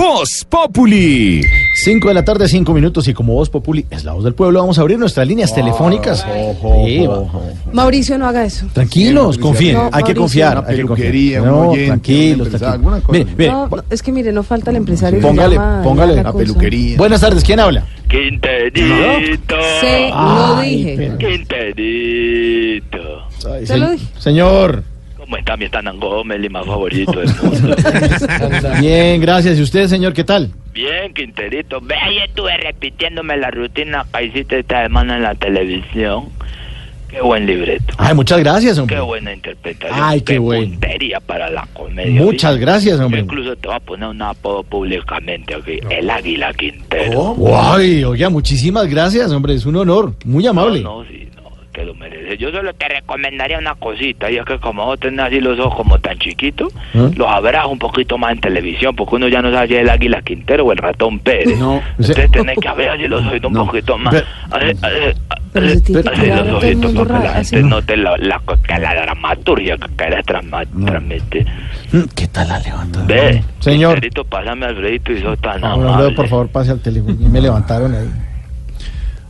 Voz Populi. 5 de la tarde, 5 minutos, y como Voz Populi es la voz del pueblo, vamos a abrir nuestras Ah, líneas telefónicas. Sí, va- Mauricio, no haga eso. Tranquilos, Sí, confíen, No, hay que Mauricio. confiar. Una Hay que peluquería, confiar. un No, oyente, una tranquilos, empresa, tranquilos. alguna cosa. Mire, mire, No, bu- es que mire, no falta el empresario. que Póngale, llama a póngale la la cosa. peluquería. buenas tardes, ¿quién habla? Quinterito. Se lo Ay, dije. pero- Quinterito. Ay, Se se- lo dije. Señor, ¿Cómo está mi Estanan Gómez, el más favorito del mundo? bien, gracias. ¿Y usted, señor, qué tal? Bien, Quinterito. Ve, ayer estuve repitiéndome la rutina que hiciste esta semana en la televisión. Qué buen libreto. Ay, muchas gracias, hombre. Qué buena interpretación. Ay, qué bueno. puntería para la comedia. Muchas ¿sí? gracias, Yo hombre. incluso te voy a poner un apodo públicamente aquí. El Águila Quintero. Oh, Ay, oiga, muchísimas gracias, hombre. Es un honor, muy amable. No, no, sí, no, te lo mereces. Yo solo te recomendaría una cosita, y es que como vos tenés así los ojos como tan chiquitos, ¿Eh? los abras un poquito más en televisión, porque uno ya no sabe si es el águila Quintero o el ratón Pérez. No, Entonces o sea- tenés que abrir así los ojitos No, un poquito más. pero- Así, así, Pero así, se tiene que así cuidar los a todo el ojitos, mundo porque la raro, así, gente ¿no? no te la, la, la, la dramaturgia que querés transma- transmitir. Mm, ¿Qué tal la levanta? Ve, Señor. Quinterito, pásame a Alfredito y sos tan Ah, bueno, amable. Alfredo, por favor, pase al teléfono. Me levantaron ahí.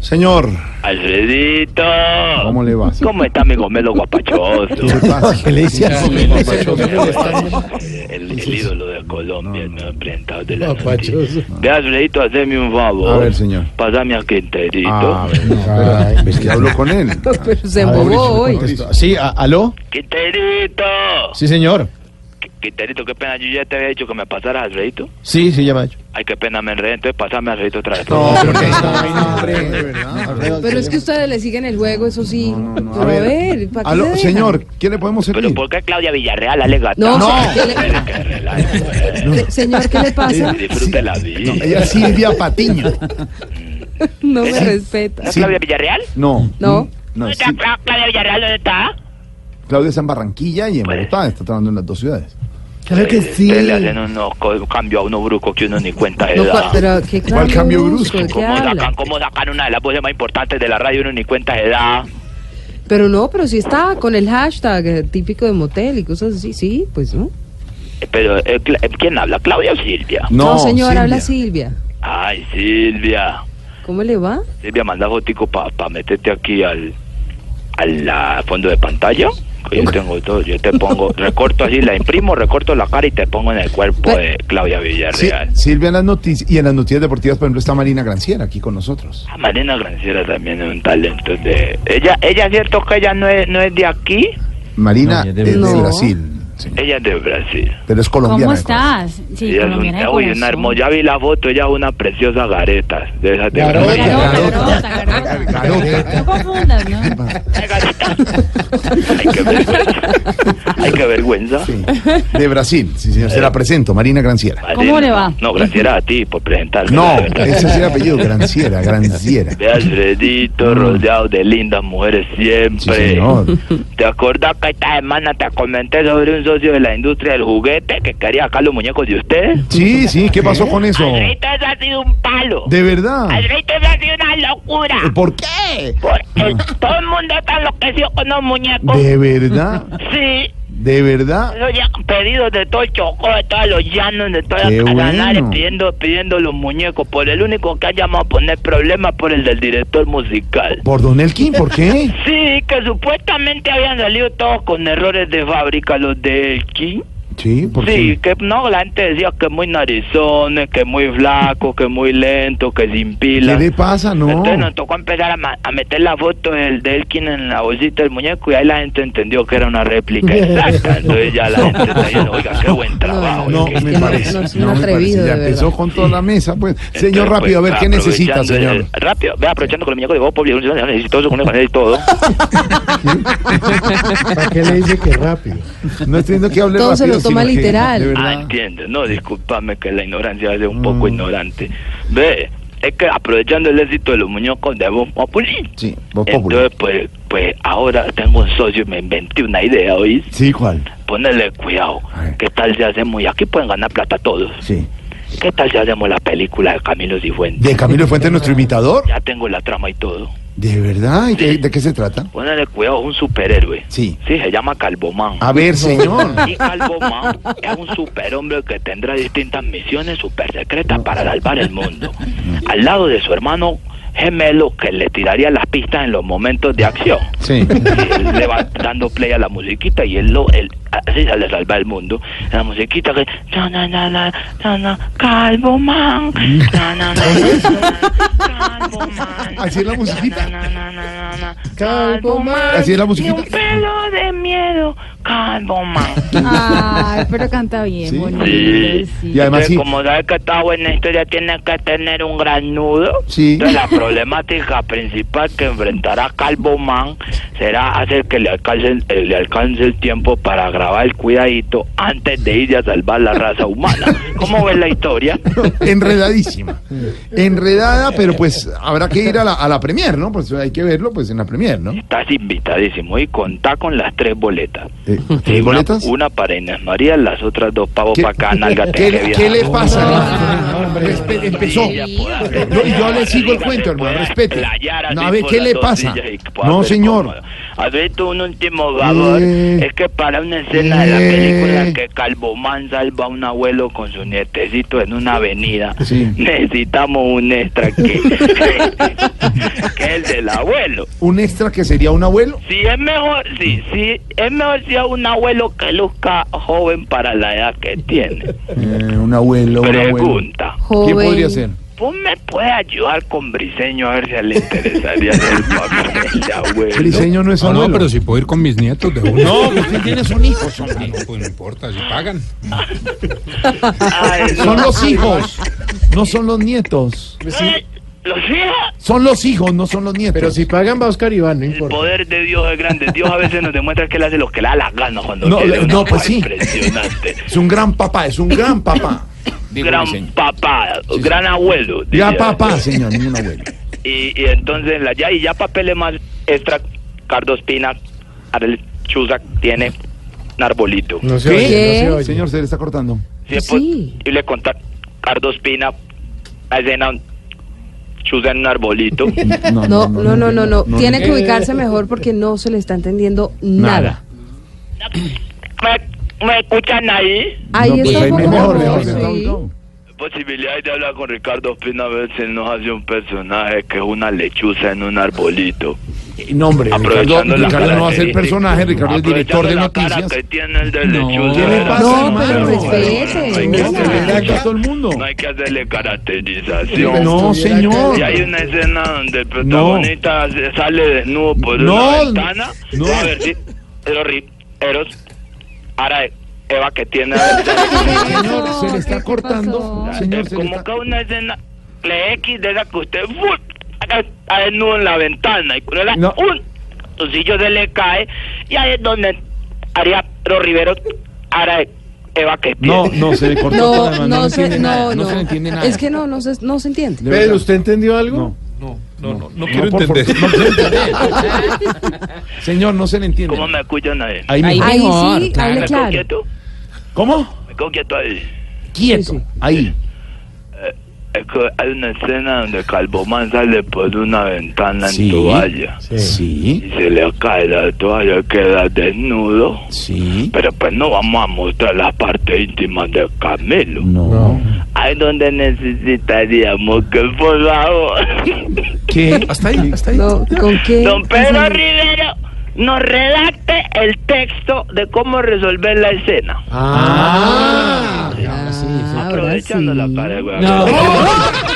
Señor, Alfredito. ¿cómo le va? ¿Cómo está mi gomelo guapachoso? ¿Qué pasa? ¿Qué le decía? el, el ídolo de Colombia, el nuevo presentador de la noticia. Ve, Alfredito, haceme un favor. A ver, señor. Pásame a Quinterito. Ah, a ver, Ay, espera, ¿ves que hablo con él? Pero se A ver, embobó Mauricio, hoy. contesto. Sí, a- aló. ¡Quinterito! Sí, señor. Qu- Quinterito, qué pena, yo ya te había dicho que me pasara Alfredito. Sí, sí, ya va. Ay, qué pena, me enredé, entonces pasame a Alfredito otra vez. Pero es que ustedes le siguen el juego, eso sí. Pero A a ver, ver, ¿para qué aló, se dejan? señor, ¿qué le podemos Pero servir? ¿por qué Claudia Villarreal alega No, tanto? se- ¿qué le- Pero que relaje, pues. se- señor, ¿qué le pasa? Disfrute la vida. Ella Silvia Patiño. No me respeta. ¿Es Claudia Villarreal? No. No. No, ¿Dónde sí. está Cla- Claudia Villarreal? ¿Dónde está? Claudia está en Barranquilla y en Bogotá, está trabajando en las dos ciudades. Claro que Ustedes Le hacen unos co- cambios a unos brucos que uno ni cuenta de No, edad. cua- pero qué ¿Cuál cambio cambio brusco, brusco? ¿de qué ¿Cómo sacan, habla? ¿Cómo sacan una de las voces más importantes de la radio uno ni cuenta de edad? Pero no, pero sí está con el hashtag eh, típico de motel y cosas así, sí, pues no. Eh, Pero, eh, Cla- eh, ¿quién habla? ¿Claudia o Silvia? No, señor, habla Silvia. Ay, Silvia. ¿Cómo le va? Silvia, manda fotico para meterte aquí al, al la fondo de pantalla. que Yo tengo todo, yo te pongo, recorto así, la imprimo, recorto la cara y te pongo en el cuerpo de Claudia Sí, Villarreal. Silvia en las noticias y en las noticias deportivas, por ejemplo, está Marina Granciera aquí con nosotros. Ah, Marina Granciera también es un talento de... Ella, ella es cierto que ella no es, no es de aquí, Marina No, es ya de, de- No. Brasil, señor, ella es de Brasil. pero es colombiana. ¿Cómo de corazón. estás? Sí, Ella es un- colombiana de uy, una corazón. hermosa, ya vi la foto, ella es una preciosa gareta. De esas de Garota, garota, garota. No confundas, ¿no? Ay, garota. Ay, qué vergüenza. Ay, qué vergüenza. Sí, de Brasil, sí, señor. Se la presento, Marina Granciera. Marina, ¿Cómo le va? No, gracias a ti por presentarme. No, de verdad. ese es el apellido, Granciera, Granciera. Ve Alfredito rodeado de lindas mujeres Sí, siempre. señor. ¿Te acordás que esta semana te comenté sobre un socio de la industria del juguete que quería acá los muñecos de ustedes? Sí, sí, ¿qué pasó con eso? Alfredito, eso ha sido un palo. De Eh, verdad. Alfredito, eso ha sido una locura. ¿Por qué? Por- el- todo el mundo está enloquecido con los muñecos. De verdad, Sí, de verdad. Yo ya pedidos de todo el Chocó, de todos los llanos, de todas Qué las canales, bueno. pidiendo, pidiendo los muñecos. Por el único que ha llamado a poner problemas por el del director musical. ¿Por Don Elkin? ¿Por qué? Sí, que supuestamente habían salido todos con errores de fábrica los de Elkin. Sí, ¿por Sí, qué? que no, la gente decía que muy narizones, que muy flaco, que muy lento, que sin ¿Qué pilas. le pasa? No. Entonces nos tocó empezar a, ma- a meter la foto del, de Elkin en la bolsita del muñeco y ahí la gente entendió que era una réplica exacta. Entonces ya la gente está diciendo, oiga, qué buen trabajo. este No, Elkin". Es que me no- parece. no es un no me atrevido, parece. Ya de empezó verdad. con toda la mesa, pues. Entonces, Señor, pues, rápido, a ver, ¿qué necesita, aprovechando señor? el- rápido, ve aprovechando con el muñeco de Bob Populi, yo necesito eso, con eso y todo. ¿Para qué le dice que rápido? No estoy diciendo que hable Todo se rápido, lo toma sino que, literal. de verdad, Ah, entiendo. No, discúlpame que la ignorancia es un Mm. poco ignorante. Ve, es que aprovechando el éxito de los muñecos de Voz Populi. Sí, Voz Populi. Entonces, pues, pues ahora tengo un socio y me inventé una idea, hoy Sí, ¿cuál? Ponerle cuidado. Ay. ¿Qué tal si hacemos? Y aquí pueden ganar plata todos. Sí. ¿Qué tal si hacemos la película de Camilo Cifuentes? De Camilo Fuentes, nuestro imitador. Ya tengo la trama y todo. ¿De verdad? ¿Y qué- de qué se trata? Ponerle cuidado a un superhéroe. Sí. Ah. Sí, se llama Calvomán. A ver, señor. Y Calvomán es un superhombre que tendrá distintas misiones super secretas para salvar el mundo. Al lado de su hermano gemelo que le tiraría las pistas en los momentos de acción. Sí. Y él le va dando play a la musiquita y él lo él, así le salva el mundo. La musiquita que na na na na na na Calvomán. Na na na na, na, Calvomán. Así es la musiquita. Na, na, na, na, na, na, Calvomán. Así es la musiquita. Ni un pelo de miedo, Calvomán. Ah, Ay, pero canta bien, Sí. bonito. Sí. sí. Y Entonces, además sí. como sabes que esta buena historia tiene que tener un gran nudo, Sí. entonces la problemática principal que enfrentará Calvo Man será hacer que le alcance, el- eh, le alcance el tiempo para grabar el cuidadito antes de ir a salvar la raza humana. ¿Cómo ves la historia? Enredadísima. Enredada, pero pues habrá que ir a la, a la premier, ¿no? Pues hay que verlo pues en la premier, ¿no? Estás invitadísimo y contá con las tres boletas. Eh, Sí, ¿Tres una- boletas? Una, para Inés María, las otras dos pavos ¿Qué- para acá, nalga tenga ¿Qué, le- viaje. qué le pasa? Ah, hombre. Respe- empezó. Sí, ya puedo hacer. No, y yo le sigo el cuento, hermano, Pueda respete. playar así No, a ver, por ¿qué las le dos pasa? sillas y que pueda No, ser señor. cómodo. A ver, tú un último favor. Eh. Es que para una escena de la Eh. película que Calvomán salva a un abuelo con su nietecito en una avenida, Sí. necesitamos un extra que, que es el del abuelo. ¿Un extra que sería un abuelo? Si es mejor, sí, sí, es mejor si es un abuelo que luzca joven para la edad que tiene. Eh, un abuelo, un abuelo. Pregunta. ¿Quién Joven. podría ser? ¿Vos Pues me puedes ayudar con Briseño a ver si a él le interesaría hacer el papel de abuelo? Briseño no es No, abuelo. no, pero si puedo ir con mis nietos de uno. No, pues, tú tienes un hijo, hombre. No, pues no importa, si pagan. Ay, no. Son los hijos, no son los nietos. Eh, ¿Los hijos? Son los hijos, no son los nietos. Pero si pagan va Oscar Iván, no El importa. poder de Dios es grande. Dios a veces nos demuestra que él hace lo que le da las ganas cuando No, quiere. eh, una no, pues cosa sí. Impresionante. Es un gran papá, es un gran papá. gran papá, gran abuelo. Ya diría. papá, señor, ni un abuelo. Y, y entonces, la, ya, y ya papeles más extra, Cardospina, Arel Chuzac tiene un arbolito. No se ¿Qué? oye, no se oye. Señor, se le está cortando. Si es Sí. posible contar Cardo Espina, escena Chusa en un arbolito. No, no, no, no, no. Tiene que no. ubicarse mejor porque no se le está entendiendo nada. ¿Me, me escuchan ahí? Ahí No, pues está ahí un poco mejor, mejor, mejor. sí. mejor. Posibilidad de hablar con Ricardo Espina a ver si nos hace un personaje que es una lechuza en un arbolito. Eh, No, hombre, Ricardo, Aprovechando la Ricardo no va a ser característica- personaje, Ricardo es director de aprovechando la cara noticias. que tiene el de lechuza. ¿Qué le pasa, No, hermano? pero respete. Hay Hay que que respetar hacerle- a todo el mundo. No hay que hacerle caracterización. No, señor. Y hay una escena donde el protagonista se- sale desnudo por una No, ventana. no. A ver si Eros, Ri- Eros ahora Eva que tiene. Es Señor, se le está ¿Qué cortando. pasó? Señor, se le como está... que una escena le X de esa que usted ¡fui! acá está desnudo en la ventana y cuando le da No. un tosillo se le cae y ahí es donde haría Eros Rivero ahora Eva que tiene. No, no, se le cortó. toda la No, mano, no se, entiende no, nada, no. se le entiende nada. Es que no, no se, no se entiende. De Pedro, verdad. ¿usted entendió algo? No, no, no No, quiero por favor, entender. no quiero entender. Señor, no se le entiende. ¿Cómo me escuchan ahí? Ahí mismo. Ahí sí, ¿Me habla quedo claro. quieto? ¿Cómo? Me quedo quieto ahí. Quieto. Sí, sí. Ahí. Es que hay una escena donde Calvomán sale por una ventana Sí. en toalla Sí. y se le cae la toalla, queda desnudo. Sí. Pero pues no vamos a mostrar las partes íntimas de Camilo. No. Ahí donde necesitaríamos que por favor ¿Qué? Hasta ahí, hasta ahí. No, ¿Con qué? don Pedro pensamiento? Rivero nos redacte el texto de cómo resolver la escena. Ah. Ah, ahora Aprovechando Ah, sí. la cara de weón. No.